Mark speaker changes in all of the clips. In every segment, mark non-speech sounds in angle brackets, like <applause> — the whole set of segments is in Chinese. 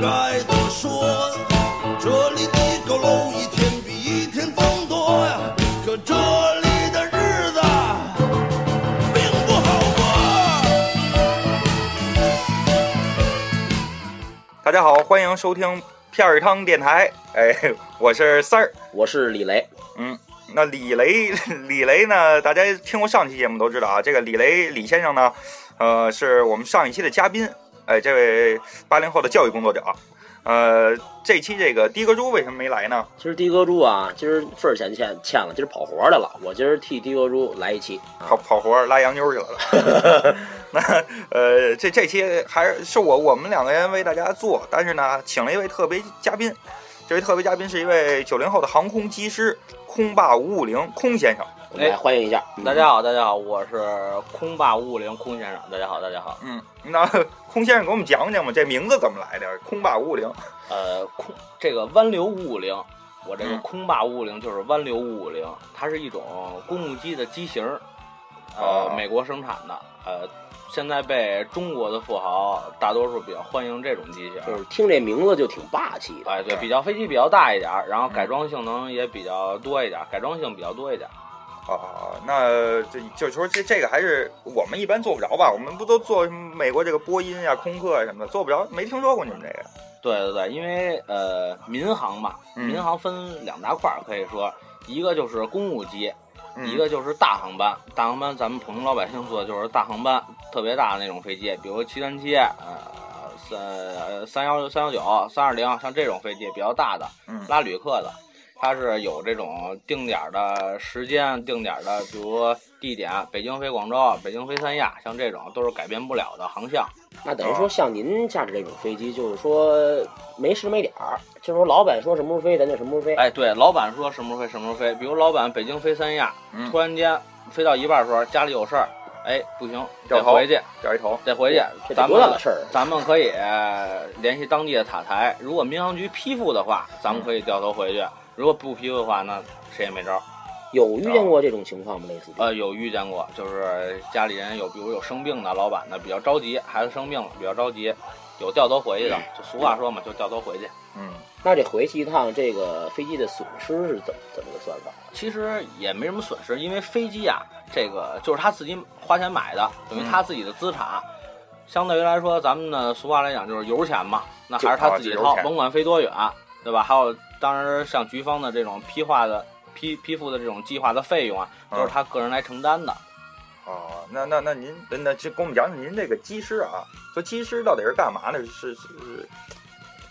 Speaker 1: 该的说，这里的佝偻一天比一天增多呀，可这里的日子并不好过。
Speaker 2: 大家好，欢迎收听片儿汤电台。哎， <laughs> 我是三儿。
Speaker 3: 我是李雷，
Speaker 2: 嗯，那李雷， <laughs> 李雷呢？大家听过上期节目都知道啊，这个李雷李先生呢，呃，是我们上一期的嘉宾。哎，这位八零后的教育工作者。呃，这期这个的哥猪为什么没来呢？
Speaker 3: 今儿的哥猪啊，今儿份儿钱欠欠了，今儿跑活儿来了。我今儿替的哥猪来一期
Speaker 2: 跑
Speaker 3: 啊，
Speaker 2: 跑活儿拉洋妞去了。 <laughs> 那呃，这这期还是是我我们两个人为大家做，但是呢，请了一位特别嘉宾。这位特别嘉宾是一位九零后的航空机师，空霸五五零空先生。
Speaker 3: 我们来欢迎一下。
Speaker 4: 哎
Speaker 3: 嗯
Speaker 4: 大家好，大家好，我是空霸五五零空先生。大家好，大家好。
Speaker 2: 嗯，那空先生给我们讲讲吧，这名字怎么来的？空霸五五零。
Speaker 4: 呃，空这个湾流五五零，我这个
Speaker 2: 嗯
Speaker 4: 空霸五五零就是湾流五五零，它是一种公务机的机型儿，呃，
Speaker 2: 哦
Speaker 4: 美国生产的，呃，现在被中国的富豪大多数比较欢迎这种机型儿。
Speaker 3: 就是听这名字就挺霸气的，
Speaker 4: 哎，对，
Speaker 2: 对
Speaker 4: 比较飞机比较大一点儿，然后改装性能也比较多一点儿，改装性比较多一点儿。
Speaker 2: 啊，那这就是说这这个还是我们一般做不着吧？我们不都做什么美国这个波音呀、空客呀什么的，做不着，没听说过你们这个。
Speaker 4: 对对对，因为呃，民航嘛，
Speaker 2: 嗯
Speaker 4: 民航分两大块儿，可以说一个就是公务机，
Speaker 2: 嗯、
Speaker 4: 一个就是大航班，大航班咱们普通老百姓坐的就是大航班，特别大的那种飞机，比如七三七，呃，三呃三幺三幺九、三二零，像这种飞机比较大的
Speaker 2: 嗯，
Speaker 4: 拉旅客的，它是有这种定点儿的时间、定点儿的，比如地点，北京飞广州、北京飞三亚，像这种都是改变不了的航向。
Speaker 3: 那等于
Speaker 4: 啊
Speaker 3: 说像您驾驶这种飞机，就是说没时没点儿，就是说老板说什么时候飞，咱就什么时候飞。
Speaker 4: 哎，对，老板说什么时候飞什么时候飞，比如老板北京飞三亚，
Speaker 2: 嗯
Speaker 4: 突然间飞到一半儿的时候家里有事儿，哎，不行，
Speaker 2: 掉
Speaker 4: 得
Speaker 2: 头
Speaker 4: 回去，
Speaker 2: 掉一头。
Speaker 4: 得回去，
Speaker 3: 这
Speaker 4: 咱们
Speaker 3: 得多大的事儿啊！
Speaker 4: 咱们可以呃联系当地的塔台，如果民航局批复的话，咱们可以掉头回去；如果不批复的话，那谁也没招儿。
Speaker 3: 有遇见过这种情况吗？类似的，
Speaker 4: 呃，有遇见过，就是家里人有，比如有生病的，老板的比较着急，孩子生病了比较着急，有掉头回去的，就俗话说嘛，就掉头回去。
Speaker 2: 嗯，
Speaker 3: 那这回去一趟，这个飞机的损失是怎么怎么个算法？
Speaker 4: 其实也没什么损失，因为飞机啊，这个就是他自己花钱买的，等于
Speaker 2: 嗯
Speaker 4: 他自己的资产。相对于来说，咱们呢俗话来讲就是油钱嘛，那还
Speaker 2: 就
Speaker 4: 是他
Speaker 2: 啊
Speaker 4: 自己
Speaker 2: 就油
Speaker 4: 掏，
Speaker 2: 钱
Speaker 4: 甭管飞多远，对吧？还有当然像局方的这种批划的批批复的这种计划的费用啊，
Speaker 2: 嗯
Speaker 4: 都是他个人来承担的。
Speaker 2: 啊，那那那您那这给我们讲讲您这个机师啊，说机师到底是干嘛的？是是是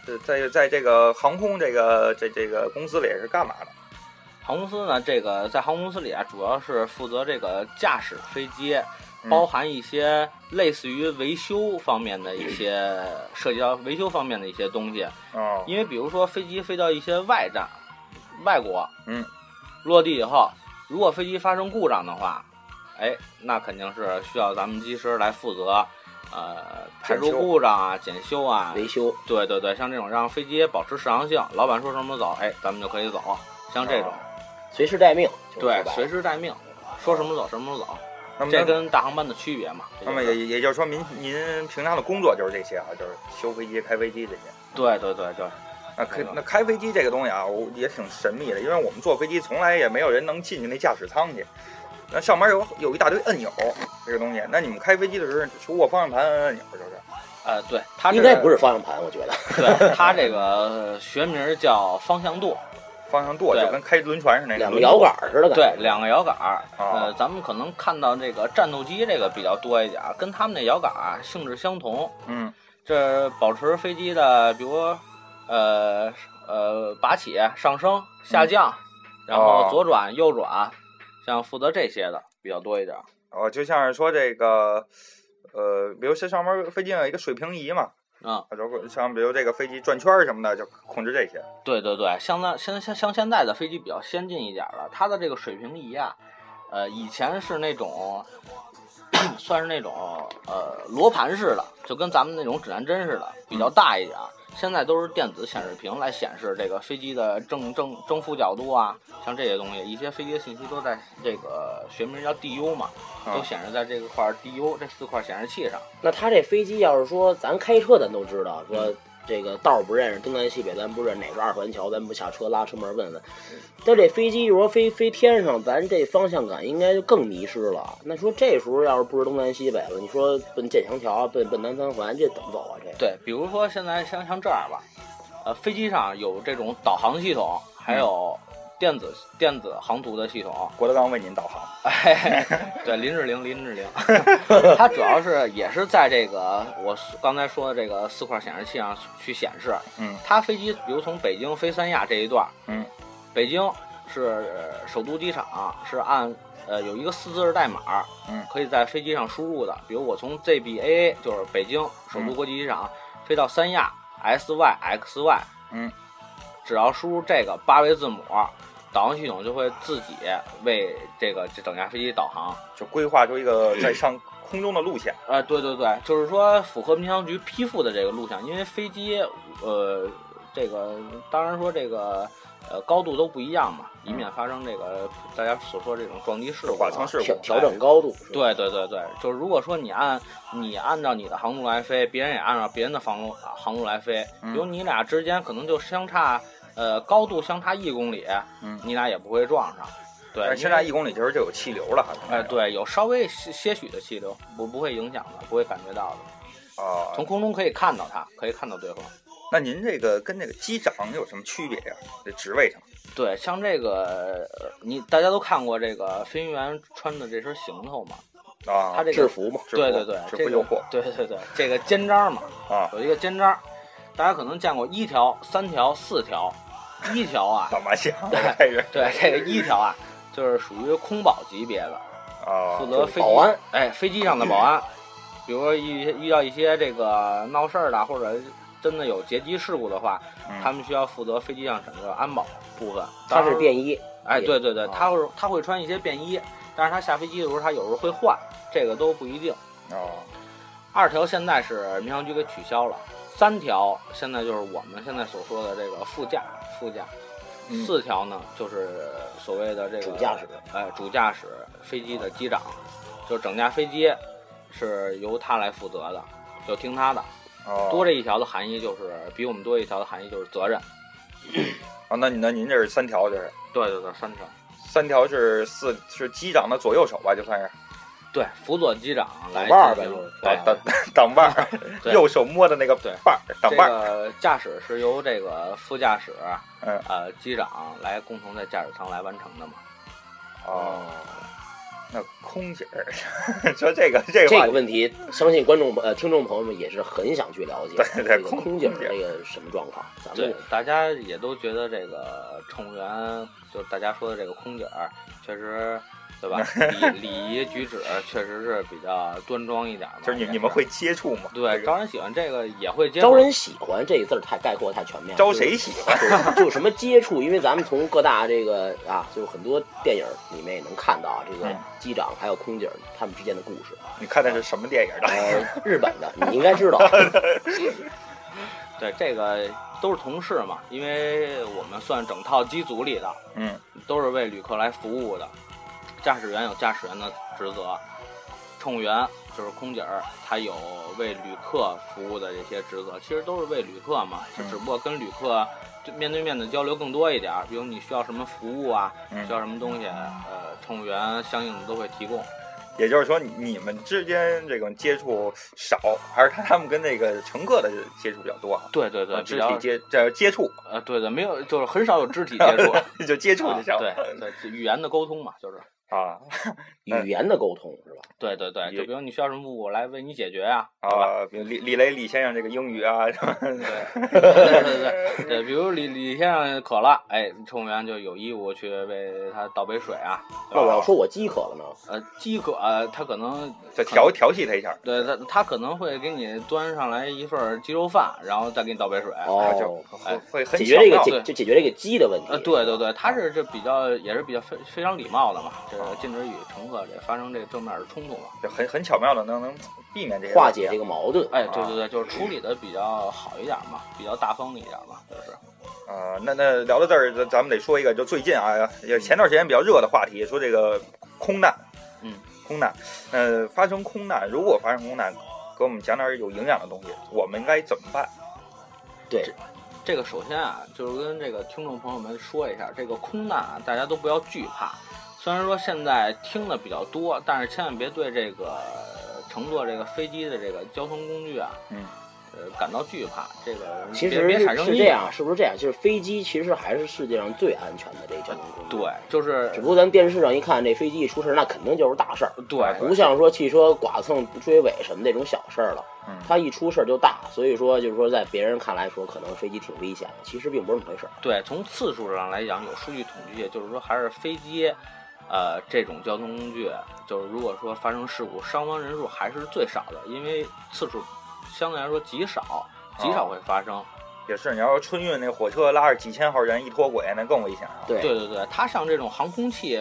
Speaker 2: 是在在这个航空这个这这个公司里是干嘛的？
Speaker 4: 航空公司呢，这个在航空公司里啊，主要是负责这个驾驶飞机，
Speaker 2: 嗯
Speaker 4: 包含一些类似于维修方面的一些涉及到维修方面的一些东西。
Speaker 2: 啊，
Speaker 4: 因为比如说飞机飞到一些外站、外国，
Speaker 2: 嗯，
Speaker 4: 落地以后，如果飞机发生故障的话，哎，那肯定是需要咱们机师来负责，呃，排除
Speaker 2: 检修哎
Speaker 4: 故障啊、检修啊，
Speaker 3: 维修
Speaker 4: 对对对，像这种让飞机保持适航性，老板说什么走，哎，咱们就可以走，像这种，
Speaker 2: 哦
Speaker 3: 随时待命，就是
Speaker 4: 对
Speaker 3: 说，白了
Speaker 4: 随时待命，说什么走什么时候走，
Speaker 2: 那么
Speaker 4: 这跟大航班的区别嘛，这
Speaker 2: 那
Speaker 4: 就
Speaker 2: 么
Speaker 4: 是
Speaker 2: 也也就是说您您平常的工作就是这些啊，就是修飞机、开飞机这些。
Speaker 4: 对对对对，
Speaker 2: 那开
Speaker 4: 那个
Speaker 2: 那开飞机这个东西啊，我也挺神秘的，因为我们坐飞机从来也没有人能进去那驾驶舱去。那上面有有一大堆按钮，这个东西。那你们开飞机的时候是握方向盘按按钮就是？
Speaker 4: 呃，对，它
Speaker 3: 应该不
Speaker 4: 是，
Speaker 3: 是方向盘，我觉得。
Speaker 4: 对，它这个呃学名叫方向舵。
Speaker 2: 方向舵
Speaker 4: 对
Speaker 2: 就跟开轮船似的，
Speaker 3: 两个摇杆儿似的感觉，
Speaker 4: 哎对，两个摇杆儿。
Speaker 2: 啊
Speaker 4: 呃，咱们可能看到这个战斗机这个比较多一点儿，跟他们那摇杆儿啊性质相同。
Speaker 2: 嗯
Speaker 4: 这保持飞机的，比如呃呃拔起、上升、下降，然
Speaker 2: 哦
Speaker 4: 后左转、右转，像负责这些的比较多一点儿。
Speaker 2: 哦，就像是说这个，呃，比如这上面飞机上有一个水平仪嘛，
Speaker 4: 嗯，
Speaker 2: 然后像比如这个飞机转圈儿什么的，就控制这些。
Speaker 4: 对对对，像那现在像像现在的飞机比较先进一点儿了，它的这个水平仪啊，呃，以前是那种算是那种呃罗盘式的，就跟咱们那种指南针似的，比较大一点儿。现在都是电子显示屏来显示这个飞机的正正正负角度啊，像这些东西，一些飞机的信息都在这个学名叫 DU 嘛，
Speaker 2: 啊
Speaker 4: 都显示在这个块儿 DU 这四块显示器上。
Speaker 3: 那他这飞机要是说咱开车，咱都知道说这个道儿不认识，东南西北咱不认，哪个二环桥咱不下车拉车门问问。但这飞机如果飞飞天上，咱这方向感应该就更迷失了。那说这时候要是不知东南西北了，你说奔建强桥，奔奔南三环，这怎么走啊？这
Speaker 4: 对，比如说现在像像这样吧，呃，飞机上有这种导航系统，还有电子电子航图的系统。
Speaker 2: 郭德纲为您导航。
Speaker 4: 哎， <laughs> 对，林志玲，林志玲，它主要是也是在这个我刚才说的这个四块显示器上去显示。
Speaker 2: 嗯
Speaker 4: 它飞机比如从北京飞三亚这一段，
Speaker 2: 嗯，
Speaker 4: 北京是呃首都机场，是按呃有一个四字儿代码，
Speaker 2: 嗯
Speaker 4: 可以在飞机上输入的。比如我从 ZBA 就是北京首
Speaker 2: 嗯
Speaker 4: 都国际机场、飞到三亚 SYXY，
Speaker 2: 嗯，
Speaker 4: 只要输入这个八位字母，导航系统就会自己为这个这整架飞机导航。
Speaker 2: 就规划出一个在上空中的路线。
Speaker 4: 啊、对对对，就是说符合民航局批复的这个路线，因为飞机，呃，这个当然说这个，呃，高度都不一样嘛，以免发生这个大家所说这种撞击事故啊。
Speaker 2: 剐蹭事
Speaker 3: 调
Speaker 2: 故，哎
Speaker 3: 调整高度，是吧，
Speaker 4: 对对对对，就是如果说你按你按照你的航路来飞，别人也按照别人的航路啊航路来飞，
Speaker 2: 嗯
Speaker 4: 比如你俩之间可能就相差，呃，高度相差一公里，
Speaker 2: 嗯
Speaker 4: 你俩也不会撞上。对，
Speaker 2: 但
Speaker 4: 因
Speaker 2: 是现
Speaker 4: 为
Speaker 2: 在一公里其实就有气流了，好像
Speaker 4: 哎、对，有稍微些些许的气流，不不会影响的，不会感觉到的。
Speaker 2: 啊
Speaker 4: 从。空中可以看到它，可以看到对方。
Speaker 2: 那您这个跟这个机长有什么区别呀、这职位上
Speaker 4: 对，像这个呃你大家都看过这个飞行员穿的这身行头嘛？
Speaker 2: 啊，
Speaker 4: 他这个
Speaker 3: 制服嘛。
Speaker 2: 制服
Speaker 4: 对对对，
Speaker 2: 制
Speaker 4: 这
Speaker 2: 服
Speaker 4: 个
Speaker 2: 诱惑
Speaker 4: 对对对，这个肩章嘛，
Speaker 2: 啊，
Speaker 4: 有一个肩章，大家可能见过一条、三条、四条，一条啊，
Speaker 2: 干嘛想我开始
Speaker 4: 对这个一条啊，就是属于空保级别的，
Speaker 2: 啊
Speaker 4: 负责飞机
Speaker 3: 保安，
Speaker 4: 哎，飞机上的保安，比如说遇遇到一些这个闹事儿的，或者真的有劫机事故的话，
Speaker 2: 嗯
Speaker 4: 他们需要负责飞机上整个安保部分。
Speaker 3: 他是
Speaker 4: 当
Speaker 3: 便衣，
Speaker 4: 哎，对对对，
Speaker 3: 啊
Speaker 4: 他会他会穿一些便衣，但是他下飞机的时候，他有时候会换，这个都不一定。
Speaker 2: 啊
Speaker 4: 二条现在是民航局给取消了，三条现在就是我们现在所说的这个副驾，副驾，
Speaker 2: 嗯
Speaker 4: 四条呢就是所谓的这个
Speaker 3: 主驾驶，
Speaker 4: 哎，主驾驶飞机的机长，就整架飞机是由他来负责的，就听他的。
Speaker 2: 啊
Speaker 4: 多这一条的含义就是比我们多一条的含义就是责任。
Speaker 2: 啊，那你那您这是三条，就是
Speaker 4: 对对对，三条。
Speaker 2: 三条是四是机长的左右手吧，就算是
Speaker 4: 对，辅佐机长来
Speaker 3: 腕儿呗
Speaker 4: 进哎行
Speaker 3: 就是
Speaker 4: 对
Speaker 2: 挡 <laughs> 挡挡把儿，
Speaker 4: 对
Speaker 2: 右手摸的那个
Speaker 4: 对
Speaker 2: 把儿挡
Speaker 4: 这
Speaker 2: 把儿，
Speaker 4: 个驾驶是由这个副驾驶，
Speaker 2: 嗯
Speaker 4: 呃，机长来共同在驾驶舱来完成的嘛。
Speaker 2: 哦，那空姐儿 <laughs> 说这个这个
Speaker 3: 这
Speaker 2: 话
Speaker 3: 个问题，相信观众呃听众朋友们也是很想去了解
Speaker 2: 对，对
Speaker 3: 这个
Speaker 2: 空
Speaker 3: 空姐儿
Speaker 2: 空姐
Speaker 3: 这个什么状况，咱
Speaker 4: 对
Speaker 3: 们，
Speaker 4: 大家也都觉得这个乘务员，就是大家说的这个空姐儿，确实，对
Speaker 2: <laughs>
Speaker 4: 吧？礼礼仪举止确实是比较端庄一点嘛。
Speaker 2: 就是你
Speaker 4: 也
Speaker 2: 你们会接触吗？这
Speaker 4: 对
Speaker 2: 个
Speaker 4: 招人喜欢这个也会接触
Speaker 3: 招人喜欢这个字儿太概括太全面了，
Speaker 2: 招
Speaker 3: 就是
Speaker 2: 谁喜欢？
Speaker 3: 就什么接触，因为咱们从各大这个啊，就是很多电影里面也能看到啊，这个
Speaker 2: 嗯
Speaker 3: 机长还有空姐儿他们之间的故
Speaker 2: <laughs>
Speaker 3: 事。
Speaker 2: 你看的是什么电影的？
Speaker 3: 呃，日本的你应该知道，
Speaker 4: 对这个都是同事嘛，因为我们算整套机组里的，
Speaker 2: 嗯，
Speaker 4: 都是为旅客来服务的。驾驶员有驾驶员的职责，乘务员就是空姐儿，她有为旅客服务的这些职责，其实都是为旅客嘛，就
Speaker 2: 嗯
Speaker 4: 只不过跟旅客就面对面的交流更多一点儿。比如你需要什么服务啊，
Speaker 2: 嗯
Speaker 4: 需要什么东西，呃，乘务员相应的都会提供。
Speaker 2: 也就是说，你们之间这种接触少，还是他他们跟那个乘客的接触比较多啊？
Speaker 4: 对对对，
Speaker 2: 啊
Speaker 4: 只
Speaker 2: 肢
Speaker 4: 要
Speaker 2: 体接这接触， <laughs>
Speaker 4: 呃对对，没有就是很少有肢体接 <laughs> 触。
Speaker 2: 就接触就行
Speaker 4: 啊、对对，语言的沟通嘛，就是
Speaker 2: 啊
Speaker 3: 语言的沟通
Speaker 2: <laughs>
Speaker 3: 是吧？
Speaker 4: 对对对，
Speaker 2: 也
Speaker 4: 就比如你需要什么服务，我来为你解决呀、对吧？
Speaker 2: 啊！比如李李雷李先生这个英语啊，什么
Speaker 4: 对对对对，比如李李先生渴了，哎，乘务员就有义务去为他倒杯水啊。
Speaker 3: 那我要说我饥渴了
Speaker 2: 哦
Speaker 3: 呢，
Speaker 4: 呃，饥渴、呃他可能
Speaker 2: 就调调戏他一下，
Speaker 4: 对他他可能会给你端上来一份儿鸡肉饭，然后再给你倒杯水。
Speaker 2: 啊就
Speaker 3: 哦，
Speaker 2: 会会很
Speaker 3: 解决这个
Speaker 2: 巧妙
Speaker 3: 解就解决这个饥的问
Speaker 4: 呃，
Speaker 3: 题。
Speaker 4: 对对对，他是这比较也是比较非非常礼貌的嘛，这个禁止与乘客这发生这正面的冲突嘛。
Speaker 2: 就很很巧妙的能能避免这些
Speaker 3: 化解这个矛盾。
Speaker 4: 哎，对对对，就是处理的比较好一点嘛，比较大方一点嘛，就是。
Speaker 2: 啊。那那聊到这儿，咱咱们得说一个，就最近啊，也
Speaker 3: 嗯
Speaker 2: 前段时间比较热的话题，说这个空难，
Speaker 4: 嗯，
Speaker 2: 空难，呃，发生空难，如果发生空难，给我们讲点有营养的东西，我们应该怎么办？
Speaker 3: 对，
Speaker 4: 这个首先啊，就是跟这个听众朋友们说一下，这个空难啊，大家都不要惧怕。虽然说现在听的比较多，但是千万别对这个呃乘坐这个飞机的这个交通工具啊，
Speaker 2: 嗯，
Speaker 4: 呃，感到惧怕。这个
Speaker 3: 其
Speaker 4: 别
Speaker 3: 实
Speaker 4: 别
Speaker 3: 是
Speaker 4: 产生
Speaker 3: 是
Speaker 4: 意
Speaker 3: 这
Speaker 4: 见
Speaker 3: 样，是不是这样？就是飞机其实还是世界上最安全的这交通工具。
Speaker 4: 对，就是
Speaker 3: 只不过咱电视上一看，这飞机一出事，那肯定就是大事儿，
Speaker 4: 对
Speaker 3: 不像说汽车剐蹭、追尾什么那种小事儿了
Speaker 2: 嗯。
Speaker 3: 它一出事儿就大，所以说就是说，在别人看来说，可能飞机挺危险的，其实并不是那么回事儿。啊
Speaker 4: 对，从次数上来讲，有数据统计，就是说还是飞机，呃，这种交通工具，就是如果说发生事故，伤亡人数还是最少的，因为次数相对来说极少，极少会发生。
Speaker 2: 也是，你要说春运那火车拉着几千号人一脱轨，那更危险啊。，
Speaker 3: 对
Speaker 4: 对对对，它像这种航空器，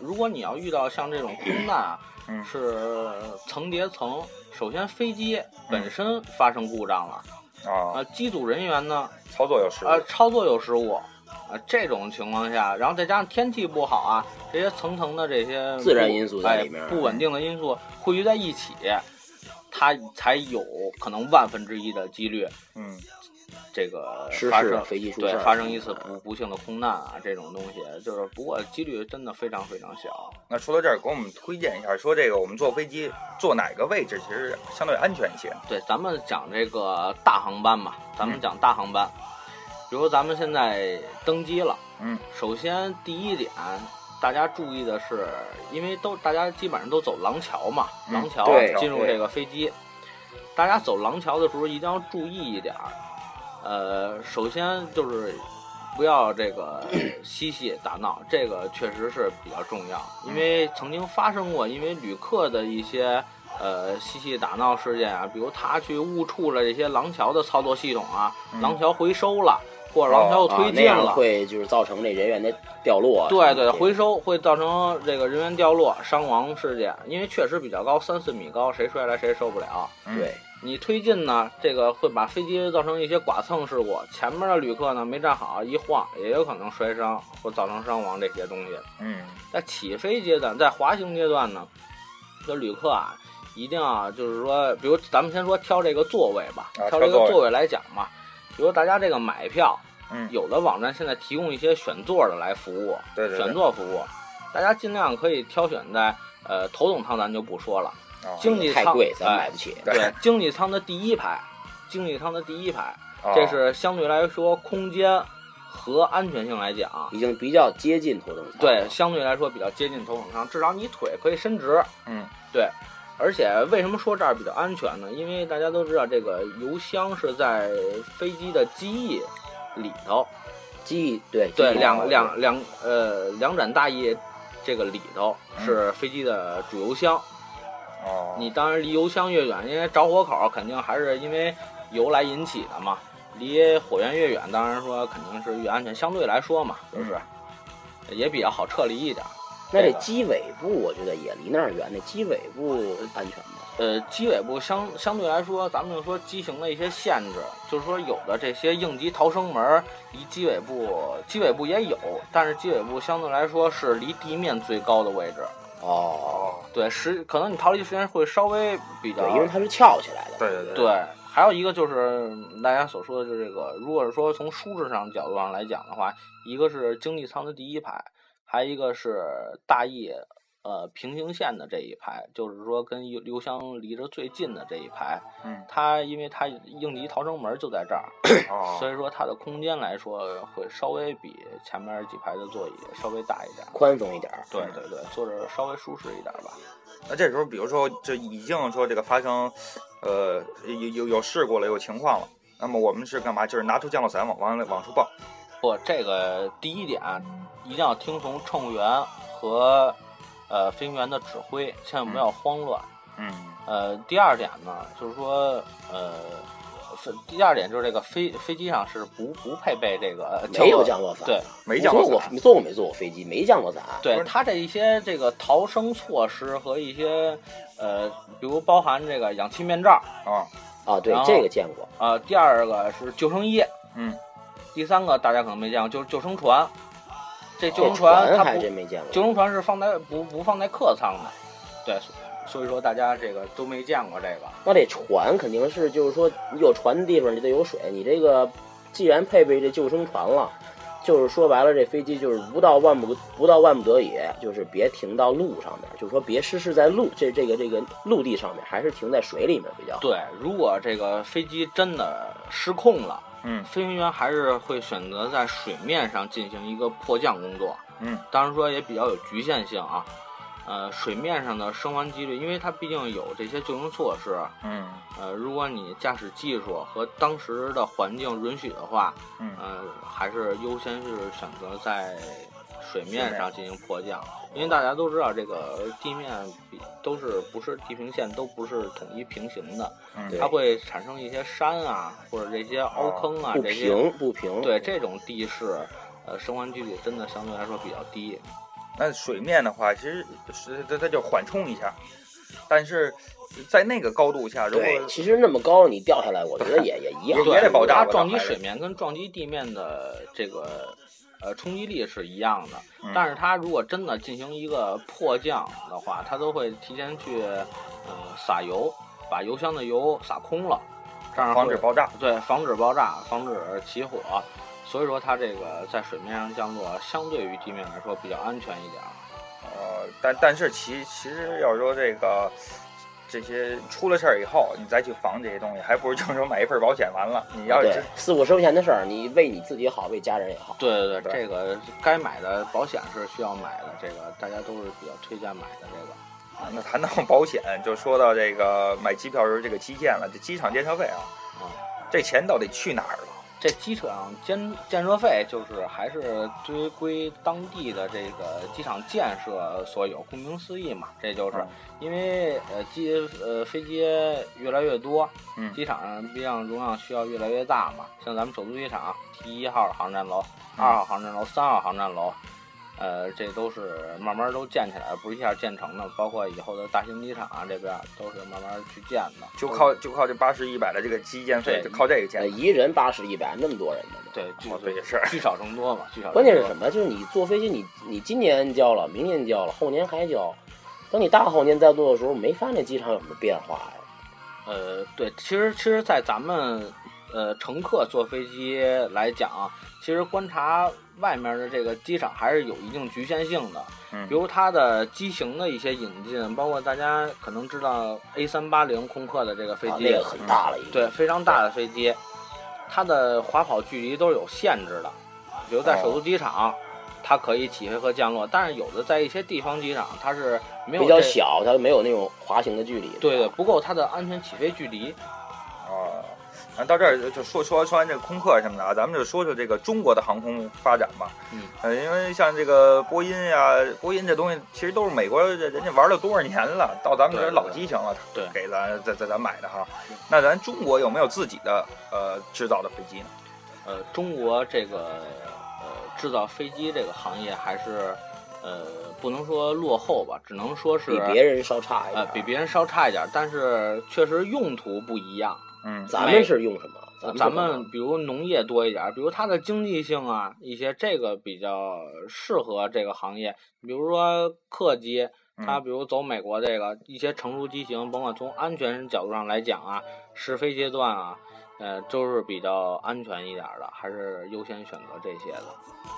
Speaker 4: 如果你要遇到像这种空难啊，
Speaker 2: 嗯
Speaker 4: 是层叠层。首先，飞机本身发生故障了，啊、
Speaker 2: 啊，
Speaker 4: 机组人员呢，
Speaker 2: 操作有失误。
Speaker 3: 啊
Speaker 4: 呃，操作有失误，呃，这种情况下，然后再加上天气不好啊，这些层层的这些
Speaker 3: 自然
Speaker 4: 不
Speaker 3: 因素在
Speaker 4: 哎
Speaker 3: 里面嗯
Speaker 4: 不稳定的因素汇聚在一起，它才有可能万分之一的几率，
Speaker 2: 嗯，
Speaker 4: 这个
Speaker 3: 失
Speaker 4: 发
Speaker 3: 事
Speaker 4: 生
Speaker 3: 飞机出
Speaker 4: 对
Speaker 3: 事儿
Speaker 4: 发生一次
Speaker 3: 嗯
Speaker 4: 不不幸的空难啊，这种东西就是，不过几率真的非常非常小。
Speaker 2: 那说到这儿，给我们推荐一下，说这个我们坐飞机坐哪个位置其实相对安全一些？
Speaker 4: 对，咱们讲这个大航班吧，咱
Speaker 3: 嗯
Speaker 4: 们讲大航班，比如咱们现在登机了，
Speaker 2: 嗯，
Speaker 4: 首先第一点，大家注意的是，因为都大家基本上都走廊桥嘛，
Speaker 2: 嗯
Speaker 4: 廊桥
Speaker 3: 对
Speaker 4: 进入
Speaker 3: 对
Speaker 4: 这个飞机，大家走廊桥的时候一定要注意一点儿，呃，首先就是不要这个嬉戏打闹，这个确实是比较重要，因为曾经发生过，因为旅客的一些呃嬉戏打闹事件啊，比如他去误触了这些廊桥的操作系统啊，
Speaker 2: 嗯
Speaker 4: 廊桥回收了，或者廊桥又
Speaker 3: 啊，
Speaker 4: 推
Speaker 3: 那
Speaker 4: 进
Speaker 3: 样
Speaker 4: 了。
Speaker 3: 会就是造成这人员的掉落啊。
Speaker 4: 对
Speaker 3: 什么
Speaker 4: 对，
Speaker 3: 的
Speaker 4: 回收会造成这个人员掉落、伤亡事件，因为确实比较高，三四米高，谁摔来谁受不了。
Speaker 2: 嗯
Speaker 3: 对，
Speaker 4: 你推进呢，这个会把飞机造成一些剐蹭事故，前面的旅客呢没站好，一晃也有可能摔伤或造成伤亡这些东西。
Speaker 2: 嗯，
Speaker 4: 在起飞阶段，在滑行阶段呢，这旅客啊，一定啊，就是说，比如咱们先说挑这个座位吧，
Speaker 2: 啊
Speaker 4: 挑这
Speaker 2: 挑座
Speaker 4: 个
Speaker 2: 位
Speaker 4: 座位来讲嘛，比如大家这个买票，
Speaker 2: 嗯
Speaker 4: 有的网站现在提供一些选座的来服务，
Speaker 2: 对对对
Speaker 4: 选座服务，大家尽量可以挑选在呃头等舱咱就不说了，
Speaker 2: 啊
Speaker 4: 经济舱
Speaker 3: 太贵，咱
Speaker 4: 哎
Speaker 3: 买不起。
Speaker 2: 对
Speaker 4: 对，经济舱的第一排，经济舱的第一排，
Speaker 2: 啊
Speaker 4: 这是相对来说空间和安全性来讲，
Speaker 2: 嗯
Speaker 3: 已经比较接近头等舱了。
Speaker 4: 对，相对来说比较接近头等舱，至少你腿可以伸直。
Speaker 2: 嗯，
Speaker 4: 对。而且为什么说这儿比较安全呢？因为大家都知道，这个油箱是在飞机的机翼里头，
Speaker 3: 机对
Speaker 4: 对，
Speaker 3: 机
Speaker 4: 两
Speaker 3: 舱
Speaker 4: 两两呃两盏大翼这个里头是飞机的主油箱。
Speaker 2: 哦，
Speaker 4: 你当然离油箱越远，因为着火口肯定还是因为油来引起的嘛。离火源越远，当然说肯定是越安全，相对来说嘛，就是也比较好撤离一点。
Speaker 3: 那
Speaker 4: 这
Speaker 3: 这
Speaker 4: 个
Speaker 3: 机尾部我觉得也离那儿远，那机尾部安全吗？
Speaker 4: 呃，机尾部相相对来说，咱们就说机型的一些限制，就是说有的这些应急逃生门儿离机尾部，机尾部也有，但是机尾部相对来说是离地面最高的位置。
Speaker 3: 哦，
Speaker 4: 对，时可能你逃离时间会稍微比较
Speaker 3: 对，因为它是翘起来的。
Speaker 2: 对对对
Speaker 4: 对，还有一个就是嗯大家所说的，就是这个，如果是说从舒适上角度上来讲的话，一个是经济舱的第一排，还有一个是大翼呃平行线的这一排，就是说跟油油箱离着最近的这一排。
Speaker 2: 嗯
Speaker 4: 它因为它应急逃生门就在这儿，
Speaker 2: 哦，
Speaker 4: 所以说它的空间来说会稍微比前面几排的座椅稍微大一点。
Speaker 3: 宽松一点儿。
Speaker 4: 对对对，坐着稍微舒适一点吧。
Speaker 2: 那这时候，比如说，就已经说这个发生，呃，有有有事故了，有情况了，那么我们是干嘛？就是拿出降落伞往往往出报。
Speaker 4: 不，这个第一点一定要听从乘务员和呃飞行员的指挥，千万不要慌乱。
Speaker 2: 嗯
Speaker 4: 呃，第二点呢，就是说呃，飞第二点就是这个飞飞机上是不不配备这个呃
Speaker 3: 没有啊
Speaker 4: 降
Speaker 3: 降落伞，
Speaker 4: 对，
Speaker 2: 没降落伞
Speaker 3: 我坐过，你坐过没坐过飞机？没降落伞。啊
Speaker 2: 不
Speaker 4: 对
Speaker 2: 是
Speaker 4: 它这一些这个逃生措施和一些呃，比如包含这个氧气面罩
Speaker 2: 啊，
Speaker 3: 啊，对
Speaker 4: 然，后
Speaker 3: 这个见过。
Speaker 4: 啊、呃第二个是救生衣，
Speaker 2: 嗯，
Speaker 4: 第三个大家可能没见过，就是救生船。这救
Speaker 3: 这
Speaker 4: 生船它
Speaker 3: 还
Speaker 4: 不
Speaker 3: 真没见过。
Speaker 4: 救生船是放在不不放在客舱的，对，所以说大家这个都没见过这个。
Speaker 3: 那这船肯定是就是说有船的地方你得有水，你这个既然配备这救生船了，就是说白了这飞机就是不到万不不到万不得已，就是别停到路上面，就是说别失事在路这这个这个陆地上面，还是停在水里面比较好。
Speaker 4: 对，如果这个飞机真的失控了，
Speaker 2: 嗯
Speaker 4: 飞行员还是会选择在水面上进行一个迫降工作。
Speaker 2: 嗯，
Speaker 4: 当然说也比较有局限性啊。呃，水面上的生还几率，因为它毕竟有这些救生措施。
Speaker 2: 嗯
Speaker 4: 呃，如果你驾驶技术和当时的环境允许的话，
Speaker 2: 嗯
Speaker 4: 呃，还是优先是选择在水面上进行迫降，
Speaker 3: 哦
Speaker 4: 因为大家都知道这个地面比都是不是地平线都不是统一平行的，
Speaker 2: 嗯
Speaker 3: 对哦
Speaker 4: 它会产生一些山啊或者这些凹坑啊
Speaker 3: 不
Speaker 4: 这些
Speaker 3: 平不平，
Speaker 4: 对这种地势，呃，生还几率真的相对来说比较低。
Speaker 2: 那水面的话，其实是它它就缓冲一下，但是在那个高度下，如果
Speaker 3: 对，其实那么高你掉下来，我觉得
Speaker 4: <laughs>
Speaker 3: 也也一样。
Speaker 2: 啊也得爆炸
Speaker 4: 它
Speaker 2: 我倒
Speaker 4: 撞击
Speaker 2: 还是
Speaker 4: 水面跟撞击地面的这个呃冲击力是一样的，
Speaker 2: 嗯
Speaker 4: 但是它如果真的进行一个迫降的话，它都会提前去呃撒油，把油箱的油撒空了，这样
Speaker 2: 防止
Speaker 4: 会
Speaker 2: 爆炸，
Speaker 4: 对防止爆炸，防止起火。所以说它这个在水面上降落，相对于地面来说比较安全一点儿。
Speaker 2: 呃，但但是其其实要说这个这些出了事儿以后，你再去防这些东西，还不如就是说买一份保险完了。你要是
Speaker 3: 啊对
Speaker 2: 真，
Speaker 3: 四五十块钱的事儿，你为你自己好，为家人也好。
Speaker 4: 对对对，
Speaker 2: 对
Speaker 4: 这个该买的保险是需要买的，这个大家都是比较推荐买的这个。
Speaker 2: 啊那谈到保险，就说到这个买机票时候这个期限了，这机场检车费啊，
Speaker 4: 嗯
Speaker 2: 这钱到底去哪儿了？
Speaker 4: 这机场建建设费就是还是归归当地的这个机场建设所有，顾名思义嘛，这就是
Speaker 2: 嗯
Speaker 4: 因为呃机呃飞机越来越多，
Speaker 2: 嗯
Speaker 4: 机场毕竟容量需要越来越大嘛，像咱们首都机场第一号航站楼、
Speaker 2: 嗯
Speaker 4: 二号航站楼、三号航站楼，呃，这都是慢慢都建起来，不是一下建成的，包括以后的大型机场啊这边都是慢慢去建的，
Speaker 2: 就靠就靠这八十一百的这个基建费，
Speaker 4: 啊对
Speaker 2: 就靠这个
Speaker 3: 呃，
Speaker 2: 钱，
Speaker 3: 一人八十一百，那么多人呢。
Speaker 4: 对，就
Speaker 2: 哦对也是
Speaker 4: 聚少成多嘛，聚少成多
Speaker 3: 关键是什么？就是你坐飞机，你你今年交了，明年交了，后年还交，等你大后年再坐的时候，没发现这机场有什么变化呀？
Speaker 4: 呃，对，其实其实，在咱们呃乘客坐飞机来讲，啊其实观察外面的这个机场还是有一定局限性的，
Speaker 2: 嗯
Speaker 4: 比如它的机型的一些引进，包括大家可能知道 A 三八零空客的这个飞
Speaker 3: 啊，
Speaker 4: 机，
Speaker 3: 那个很大了，已经。
Speaker 4: 对，非常大的飞机，它的滑跑距离都是有限制的，比如在首都
Speaker 3: 哦
Speaker 4: 机场。它可以起飞和降落，但是有的在一些地方机场，它是没有
Speaker 3: 比较
Speaker 4: 这，
Speaker 3: 小，它没有那种滑行的距离。
Speaker 4: 对对，
Speaker 3: 是吧，
Speaker 4: 不够它的安全起飞距离。
Speaker 2: 啊。那到这儿就说说说完这个空客什么的啊，咱们就说说这个中国的航空发展吧。
Speaker 4: 嗯，
Speaker 2: 呃，因为像这个波音呀、波音这东西其实都是美国人人家玩了多少年了，到咱们这儿
Speaker 4: 对对
Speaker 2: 老机型了，
Speaker 4: 对
Speaker 2: 给咱咱咱咱买的哈
Speaker 4: 嗯。
Speaker 2: 那咱中国有没有自己的呃制造的飞机呢？
Speaker 4: 呃，中国这个呃制造飞机这个行业还是呃不能说落后吧，只能说是
Speaker 3: 比别人稍差一
Speaker 4: 呃
Speaker 3: 点。
Speaker 4: 比别人稍差一点儿，但是确实用途不一样。
Speaker 2: 嗯，
Speaker 3: 咱们是用什么？
Speaker 4: 呃
Speaker 3: 们
Speaker 4: 咱
Speaker 3: 咱
Speaker 4: 们比如农业多一点儿，比如它的经济性啊，一些这个比较适合这个行业。比如说客机，它比如走美国这个一些成熟机型，甭管从安全角度上来讲啊，试飞阶段啊，呃，都是比较安全一点儿的，还是优先选择这些的。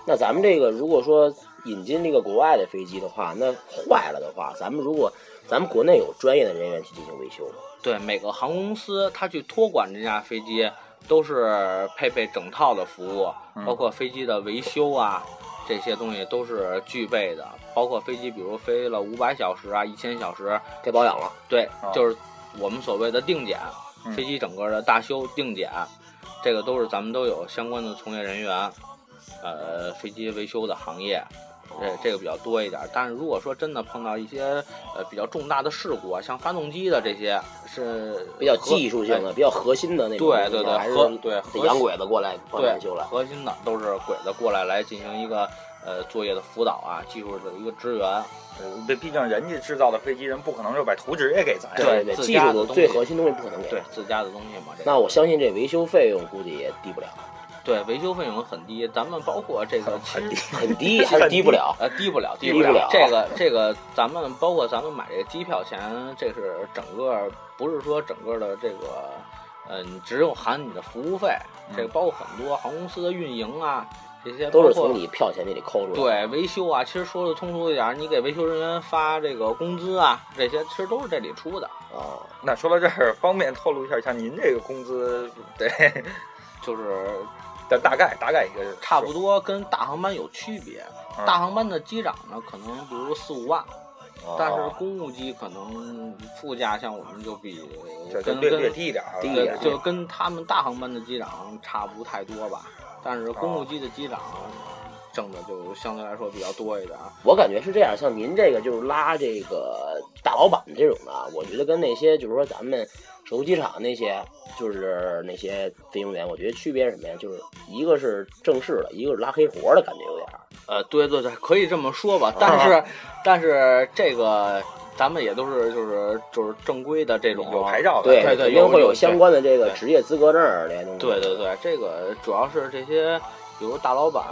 Speaker 3: 那咱们这个如果说引进这个国外的飞机的话，那坏了的话，咱们如果咱们国内有专业的人员去进行维修吗？
Speaker 4: 对每个航空公司，它去托管这架飞机，都是配备整套的服务，
Speaker 2: 嗯
Speaker 4: 包括飞机的维修啊，这些东西都是具备的。包括飞机，比如飞了五百小时啊、一千小时，
Speaker 3: 该保养了。
Speaker 4: 对
Speaker 3: 啊
Speaker 2: 哦，
Speaker 4: 就是我们所谓的定检，
Speaker 2: 嗯
Speaker 4: 飞机整个的大修定检，这个都是咱们都有相关的从业人员，呃，飞机维修的行业。
Speaker 3: 哦
Speaker 4: 这这个比较多一点，但是如果说真的碰到一些呃比较重大的事故啊，像发动机的这些是
Speaker 3: 比较
Speaker 4: 和
Speaker 3: 技术性
Speaker 4: 哎
Speaker 3: 的、比较核心的那种东
Speaker 4: 对
Speaker 3: 西，
Speaker 4: 对对
Speaker 3: 还是
Speaker 4: 核对核
Speaker 3: 得洋鬼子过来帮
Speaker 4: 对
Speaker 3: 咱修来。
Speaker 4: 核心的都是鬼子过来来进行一个呃作业的辅导啊，技术的一个支援。
Speaker 2: 呃这毕竟人家制造的飞机，人不可能就把图直接给咱呀。
Speaker 4: 哎对
Speaker 3: 对，
Speaker 4: 自
Speaker 3: 技
Speaker 4: 家
Speaker 3: 术
Speaker 4: 的
Speaker 3: 最
Speaker 4: 东西
Speaker 3: 核心东西不可能给。
Speaker 4: 对自家的东西嘛，这个
Speaker 3: 那我相信这维修费用估计也低不了。
Speaker 4: 对维修费用很低，咱们包括这个其实 <laughs>
Speaker 3: 很低还是低不了。
Speaker 4: 呃，低不了，
Speaker 3: 低
Speaker 4: 不
Speaker 3: 不了
Speaker 4: 这个这个，咱们包括咱们买这个机票钱，这是整个不是说整个的这个，呃，你只有含你的服务费，这个包括很多航空公司的运营啊，这些
Speaker 3: 嗯都
Speaker 4: 包
Speaker 3: 是
Speaker 4: 括
Speaker 3: 从你票钱里抠出来的。
Speaker 4: 对维修啊，其实说的通俗一点儿，你给维修人员发这个工资啊，这些其实都是这里出的，
Speaker 3: 啊，
Speaker 2: 那说到这儿，方便透露一下，像您这个工资，对， <laughs>
Speaker 4: 就是
Speaker 2: 大大概大概一个
Speaker 4: 差不多跟大航班有区别。
Speaker 2: 嗯
Speaker 4: 大航班的机长呢，可能比如四五万，
Speaker 2: 哦
Speaker 4: 但是
Speaker 3: 啊
Speaker 4: 公务机可能副驾像我们就比
Speaker 2: 这就
Speaker 4: 跟
Speaker 2: 略略
Speaker 4: 跟
Speaker 2: 低一点啊，
Speaker 3: 低一
Speaker 4: 对
Speaker 3: 点
Speaker 4: 就跟他们大航班的机长差不太多吧。但是公
Speaker 2: 哦
Speaker 4: 务机的机长挣的就相对来说比较多一点啊。
Speaker 3: 我感觉是这样，像您这个就是拉这个大老板这种的啊，我觉得跟那些就是说咱们首都机场那些就是那些飞行员，我觉得区别是什么呀？就是一个是正式的，一个是拉黑活的感觉有点儿。
Speaker 4: 呃，对对对，可以这么说吧。但是，
Speaker 2: 哦
Speaker 4: 但是这个咱们也都是就是就是正规的这种
Speaker 2: 有牌。照的，
Speaker 4: 哦对对
Speaker 3: 肯定会
Speaker 4: 有
Speaker 3: 有
Speaker 4: 有
Speaker 3: 相关的这个
Speaker 4: 对
Speaker 3: 职业资格证儿这些东西。
Speaker 4: 对对对，这个主要是这些，比如大老板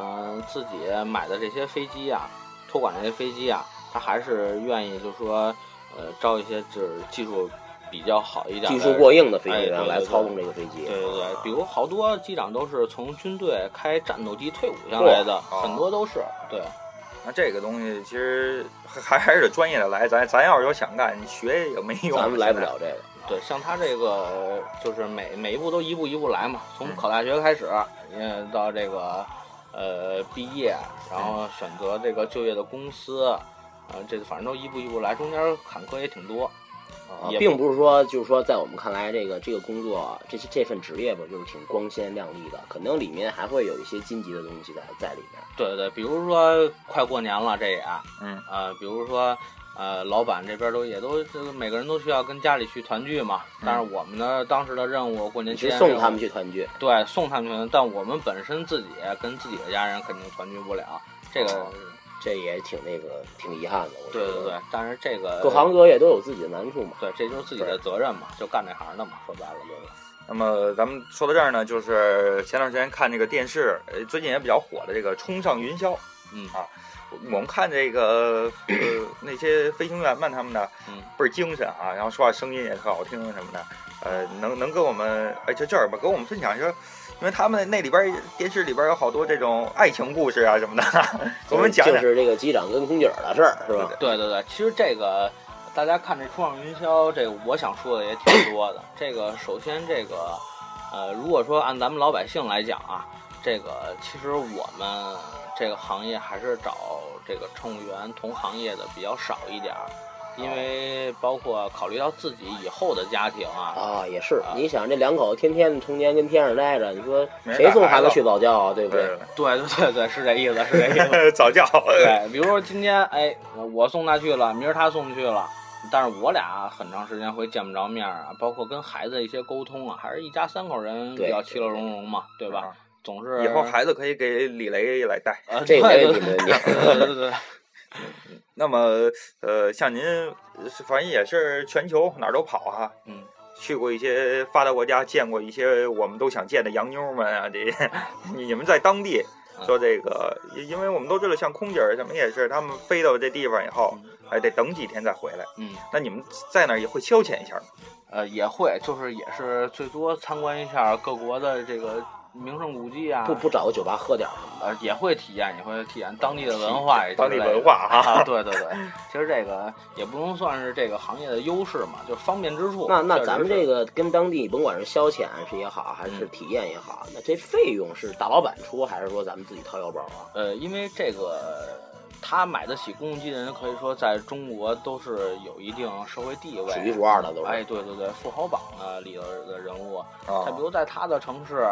Speaker 4: 自己买的这些飞机啊，托管这些飞机啊，他还是愿意就是说，呃，招一些就是技术比较好一点的
Speaker 3: 技术过硬的飞
Speaker 4: 哎
Speaker 3: 行
Speaker 4: 对
Speaker 3: 员
Speaker 4: 对
Speaker 3: 来
Speaker 4: 对
Speaker 3: 操纵这个飞机。
Speaker 4: 对对对，比如好多机长都是从军队开战斗机退伍下来的，
Speaker 2: 嚯
Speaker 3: 哦
Speaker 4: 很多都是对。
Speaker 2: 那这个东西其实还还是得专业的来，咱咱要是有想干，你学也没用。
Speaker 3: 咱们来不了这个。
Speaker 4: 对，像他这个就是每每一步都一步一步来嘛，从
Speaker 2: 嗯
Speaker 4: 考大学开始，嗯，到这个呃毕业，然后选择这个就业的公司，呃，这反正都一步一步来，中间坎坷也挺多。
Speaker 3: 啊
Speaker 4: 也，
Speaker 3: 并不是说就是说，在我们看来，这个这个工作，啊这些这份职业吧，就是挺光鲜亮丽的，可能里面还会有一些荆棘的东西在在里面。
Speaker 4: 对对，比如说快过年了，这也，
Speaker 2: 嗯，
Speaker 4: 呃，比如说。呃，老板这边都也都就是每个人都需要跟家里去团聚嘛，但是我们呢，当时的任务过年
Speaker 3: 嗯你
Speaker 4: 期
Speaker 3: 是
Speaker 4: 间
Speaker 3: 送
Speaker 4: 任务
Speaker 3: 他们去团聚，
Speaker 4: 对，送他们去，但我们本身自己跟自己的家人肯定团聚不了，这个
Speaker 2: 哦
Speaker 3: 这也挺那个挺遗憾的。我觉
Speaker 4: 对
Speaker 3: 得
Speaker 4: 对对，，但是这个
Speaker 3: 各行各业都有自己的难处嘛。
Speaker 4: 对，这就是自己的责任嘛，就干这行的嘛，说白了就是。
Speaker 2: 那么咱们说到这儿呢，就是前段时间看这个电视，呃，最近也比较火的这个《冲上云霄》。
Speaker 4: 嗯
Speaker 2: 啊，我我们看这个呃那些飞行员们他们呢，
Speaker 4: 嗯，
Speaker 2: 倍儿精神啊，然后说话声音也特好听什么的，呃，能能跟我们哎就这儿吧，跟我们分享一下，因为他们那里边儿电视里边儿有好多这种爱情故事啊什么的， <laughs> 给我们讲
Speaker 3: 就
Speaker 2: 讲。
Speaker 3: 是这个机长跟空姐儿的事儿，是吧？
Speaker 4: 对对对，其实这个大家看这《冲上云霄》，这个我想说的也挺多的。这个首先这个呃，如果说按咱们老百姓来讲啊，这个其实我们这个行业还是找这个乘务员同行业的比较少一点儿，因为包括考虑到自己以后的家庭啊，
Speaker 3: 啊，也是
Speaker 4: 啊。
Speaker 3: 你想，这两口子天天成天跟天上待着，你说
Speaker 2: 没
Speaker 3: 谁送
Speaker 2: 打孩
Speaker 3: 孩
Speaker 2: 子
Speaker 3: 子去早教啊？对不对？
Speaker 4: 对对对对，是这意思，是这意思。
Speaker 2: 对， <laughs> 早教。
Speaker 4: <laughs> 对，比如说今天哎，我送他去了，明儿他送去了，但是我俩很长时间会见不着面儿啊，包括跟孩子一些沟通啊，还是一家三口人比
Speaker 3: 对
Speaker 4: 较
Speaker 3: 对
Speaker 4: 其乐融融嘛，对吧？
Speaker 2: 啊
Speaker 4: 总是
Speaker 2: 以后孩子可以给李雷来带。
Speaker 4: 呃
Speaker 3: 这个没
Speaker 4: 对
Speaker 3: 问
Speaker 4: 对
Speaker 3: 题，
Speaker 4: <laughs>
Speaker 3: 没问题。
Speaker 4: 对对对对，
Speaker 2: 那么，呃，像您，呃反正也是全球哪儿都跑哈、
Speaker 4: 嗯，
Speaker 2: 去过一些发达国家，见过一些我们都想见的洋妞儿们啊，这些 <laughs> 你们在当地
Speaker 4: 嗯
Speaker 2: 说这个，因因为我们都知道，像空姐儿什么也是，他们飞到这地方以后，哎，得等几天再回来。
Speaker 3: <laughs>
Speaker 4: 嗯，
Speaker 2: 那你们在那儿也会消遣一下吗？
Speaker 4: 呃，也会，就是也是最多参观一下各国的这个名胜古迹啊，
Speaker 3: 不不找个酒吧喝点儿吗？
Speaker 4: 呃，也会体验，也会体验当地的文化也之类的，
Speaker 2: 当地文化啊
Speaker 4: 啊，对对对，其实这个也不能算是这个行业的优势嘛，就是方便之处。
Speaker 3: 那那
Speaker 4: 确实
Speaker 3: 咱们
Speaker 4: 是嗯
Speaker 3: 这个跟当地，甭管是消遣是也好，还是体验也好，那这费用是大老板出，还是说咱们自己掏腰包啊？
Speaker 4: 呃，因为这个他买得起公务机的人，可以说在中国都是有一定社会地位，
Speaker 3: 数一数二的都是
Speaker 4: 哎，对对对，富豪榜啊里头的人物，
Speaker 2: 啊
Speaker 4: 他比如在他的城市，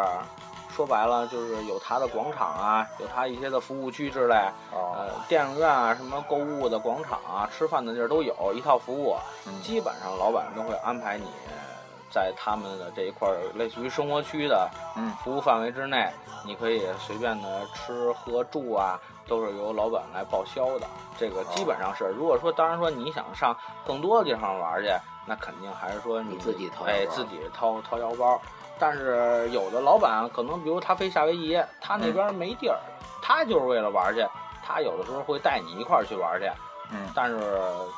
Speaker 4: 说白了就是有他的广场啊，有他一些的服务区之类，
Speaker 2: 啊，
Speaker 4: 呃，电影院啊，什么购物的广场啊，吃饭的地儿都有一套服务，
Speaker 2: 嗯
Speaker 4: 基本上老板都会安排你在他们的这一块儿，类似于生活区的
Speaker 2: 嗯
Speaker 4: 服务范围之内，你可以随便的吃喝住啊，都是由老板来报销的。这
Speaker 3: 哦
Speaker 4: 个基本上是，如果说当然说你想上更多的地方玩去，那肯定还是说你
Speaker 3: 你自己掏腰
Speaker 4: 哎
Speaker 3: 包
Speaker 4: 自己掏掏腰包。但是有的老板可能，比如他飞夏威夷，他
Speaker 3: 嗯
Speaker 4: 那边没地儿，他就是为了玩去，他有的时候会带你一块儿去玩去，
Speaker 2: 嗯，
Speaker 4: 但是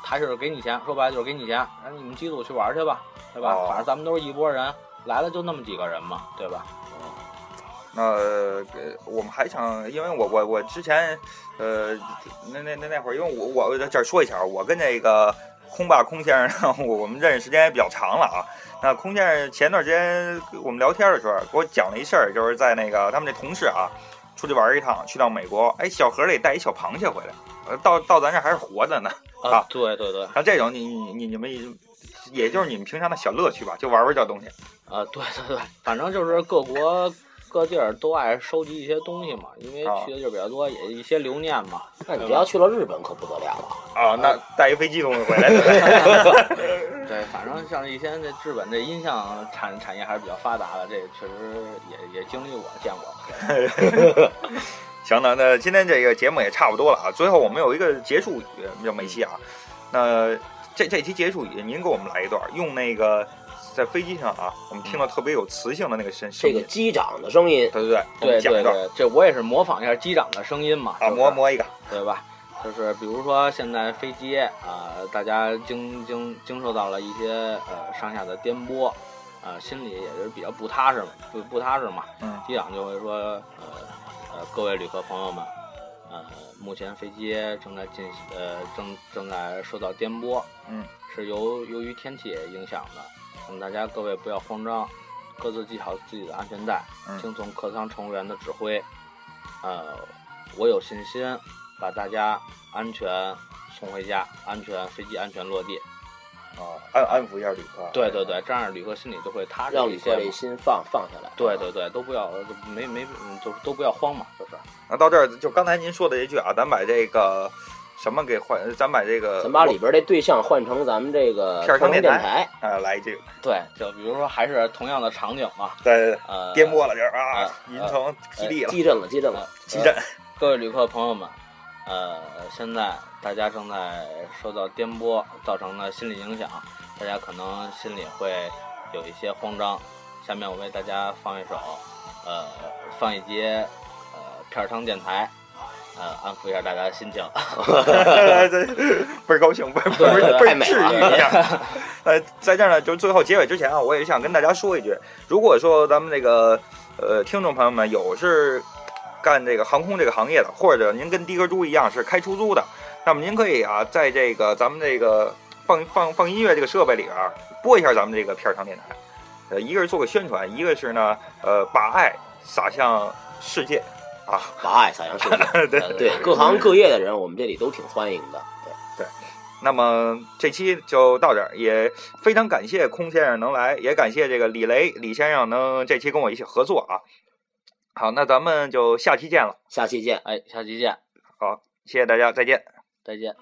Speaker 4: 他是给你钱，说白了就是给你钱，让你们机组去玩去吧，对吧？
Speaker 2: 哦
Speaker 4: 反正咱们都是一拨人，来了就那么几个人嘛，对吧？
Speaker 2: 那呃我们还想，因为我我我之前，呃，那那那那会儿，因为我我我在这儿说一下啊，我跟这个空霸空先生，我我们认识时间也比较长了啊。那空先生前段时间跟我们聊天的时候，啊给我讲了一事儿，就是在那个他们这同事啊，出去玩一趟，去到美国，哎，小盒里带一小螃蟹回来，呃，到到咱这儿还是活的呢。啊
Speaker 4: 呃对对对，
Speaker 2: 像这种你你你你们也，也就是你们平常的小乐趣吧，就玩玩这东西。
Speaker 4: 啊，对对对，反正就是各国各地儿都爱收集一些东西嘛，因为
Speaker 2: 哦
Speaker 4: 去的地儿比较多，也一些留念嘛。
Speaker 3: 那你这要去了日本可不得了了，
Speaker 2: 啊，那带一飞机东西回来，对不对
Speaker 4: 对，反正像以前这日本这音像产产业还是比较发达的，这确实也也经历过见过。
Speaker 2: 行的，那今天这个节目也差不多了啊。最后我们有一个结束语，叫每期啊。那这这期结束语，您给我们来一段，用那个在飞机上啊，我们听到特别有磁性的那个声声
Speaker 3: 这个
Speaker 2: 音，
Speaker 3: 机长的声音
Speaker 4: 嗯
Speaker 2: 对对对， <laughs> 我
Speaker 4: 对
Speaker 2: 们讲
Speaker 4: 对
Speaker 2: 一段
Speaker 4: 对，这我也是模仿一下机长的声音嘛，
Speaker 2: 啊，
Speaker 4: 就是
Speaker 2: 磨磨一个，
Speaker 4: 对吧？就是比如说现在飞机啊、呃大家经经经受到了一些呃上下的颠簸，呃，心里也是比较不踏实嘛，不不踏实嘛。
Speaker 2: 嗯
Speaker 4: 机长就会说，呃呃，各位旅客朋友们，呃，目前飞机正在进行呃正正在受到颠簸，
Speaker 2: 嗯，
Speaker 4: 是由由于天气影响的，请大家各位不要慌张，各自系好自己的安全带，
Speaker 2: 嗯
Speaker 4: 听从客舱乘务员的指挥。呃，我有信心把大家安全送回家，安全飞机安全落地。
Speaker 2: 啊，安安抚一下旅客。
Speaker 4: 哦
Speaker 2: 啊
Speaker 4: 对对对，这样旅客心里就会踏实一
Speaker 3: 让旅
Speaker 4: 些
Speaker 3: 客
Speaker 4: 嘛
Speaker 3: 这。心放放下来。
Speaker 4: 对对对，都不要都没没嗯就是都不要慌嘛，就是。
Speaker 2: 那到这儿就刚才您说的这句啊，咱把这个什么给换，咱把这个
Speaker 3: 咱把里边这对象换成咱们这个
Speaker 2: 片儿
Speaker 3: 中
Speaker 2: 商
Speaker 3: 央
Speaker 2: 电
Speaker 3: 电
Speaker 2: 台
Speaker 3: 台，
Speaker 2: 啊来一句，
Speaker 4: 对，就比如说还是同样的场景嘛，
Speaker 2: 对对对，
Speaker 4: 呃，
Speaker 2: 颠簸了就是啊已
Speaker 4: 呃，
Speaker 2: 经成基地了，
Speaker 3: 激震了，激震了。
Speaker 2: 基站。
Speaker 4: 各位旅客朋友们，呃，现在大家正在受到颠簸造成的心理影响，大家可能心里会有一些慌张。下面我为大家放一首，呃，放一节呃片儿商电台，呃，安抚一下大家的心情。
Speaker 2: 对，倍儿高兴，倍儿倍儿
Speaker 4: 对对
Speaker 2: 倍
Speaker 3: 太
Speaker 2: 儿
Speaker 3: 美
Speaker 2: 治
Speaker 3: 了
Speaker 2: 愈一下。呃，在这儿呢，就是最后结尾之前啊，我也想跟大家说一句，如果说咱们这个呃听众朋友们有是干这个航空这个行业的，或者您跟的哥猪一样是开出租的，那么您可以啊，在这个咱们这个放放放音乐这个设备里边儿播一下咱们这个片儿场电台，呃，一个是做个宣传，一个是呢，呃，把爱洒向世界啊。
Speaker 3: 把爱撒向世
Speaker 4: <laughs>
Speaker 3: 界。
Speaker 2: 对
Speaker 3: <laughs>
Speaker 4: 呃
Speaker 3: 对，各行各业的人，我们这里都挺欢迎的。
Speaker 2: 那么这期就到这儿，也非常感谢空先生能来，也感谢这个李雷李先生能这期跟我一起合作啊。好，那咱们就下期见了，
Speaker 3: 下期见。
Speaker 4: 哎，下期见，
Speaker 2: 谢谢大家，再见。
Speaker 4: 再见。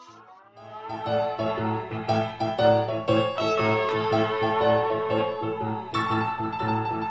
Speaker 1: 我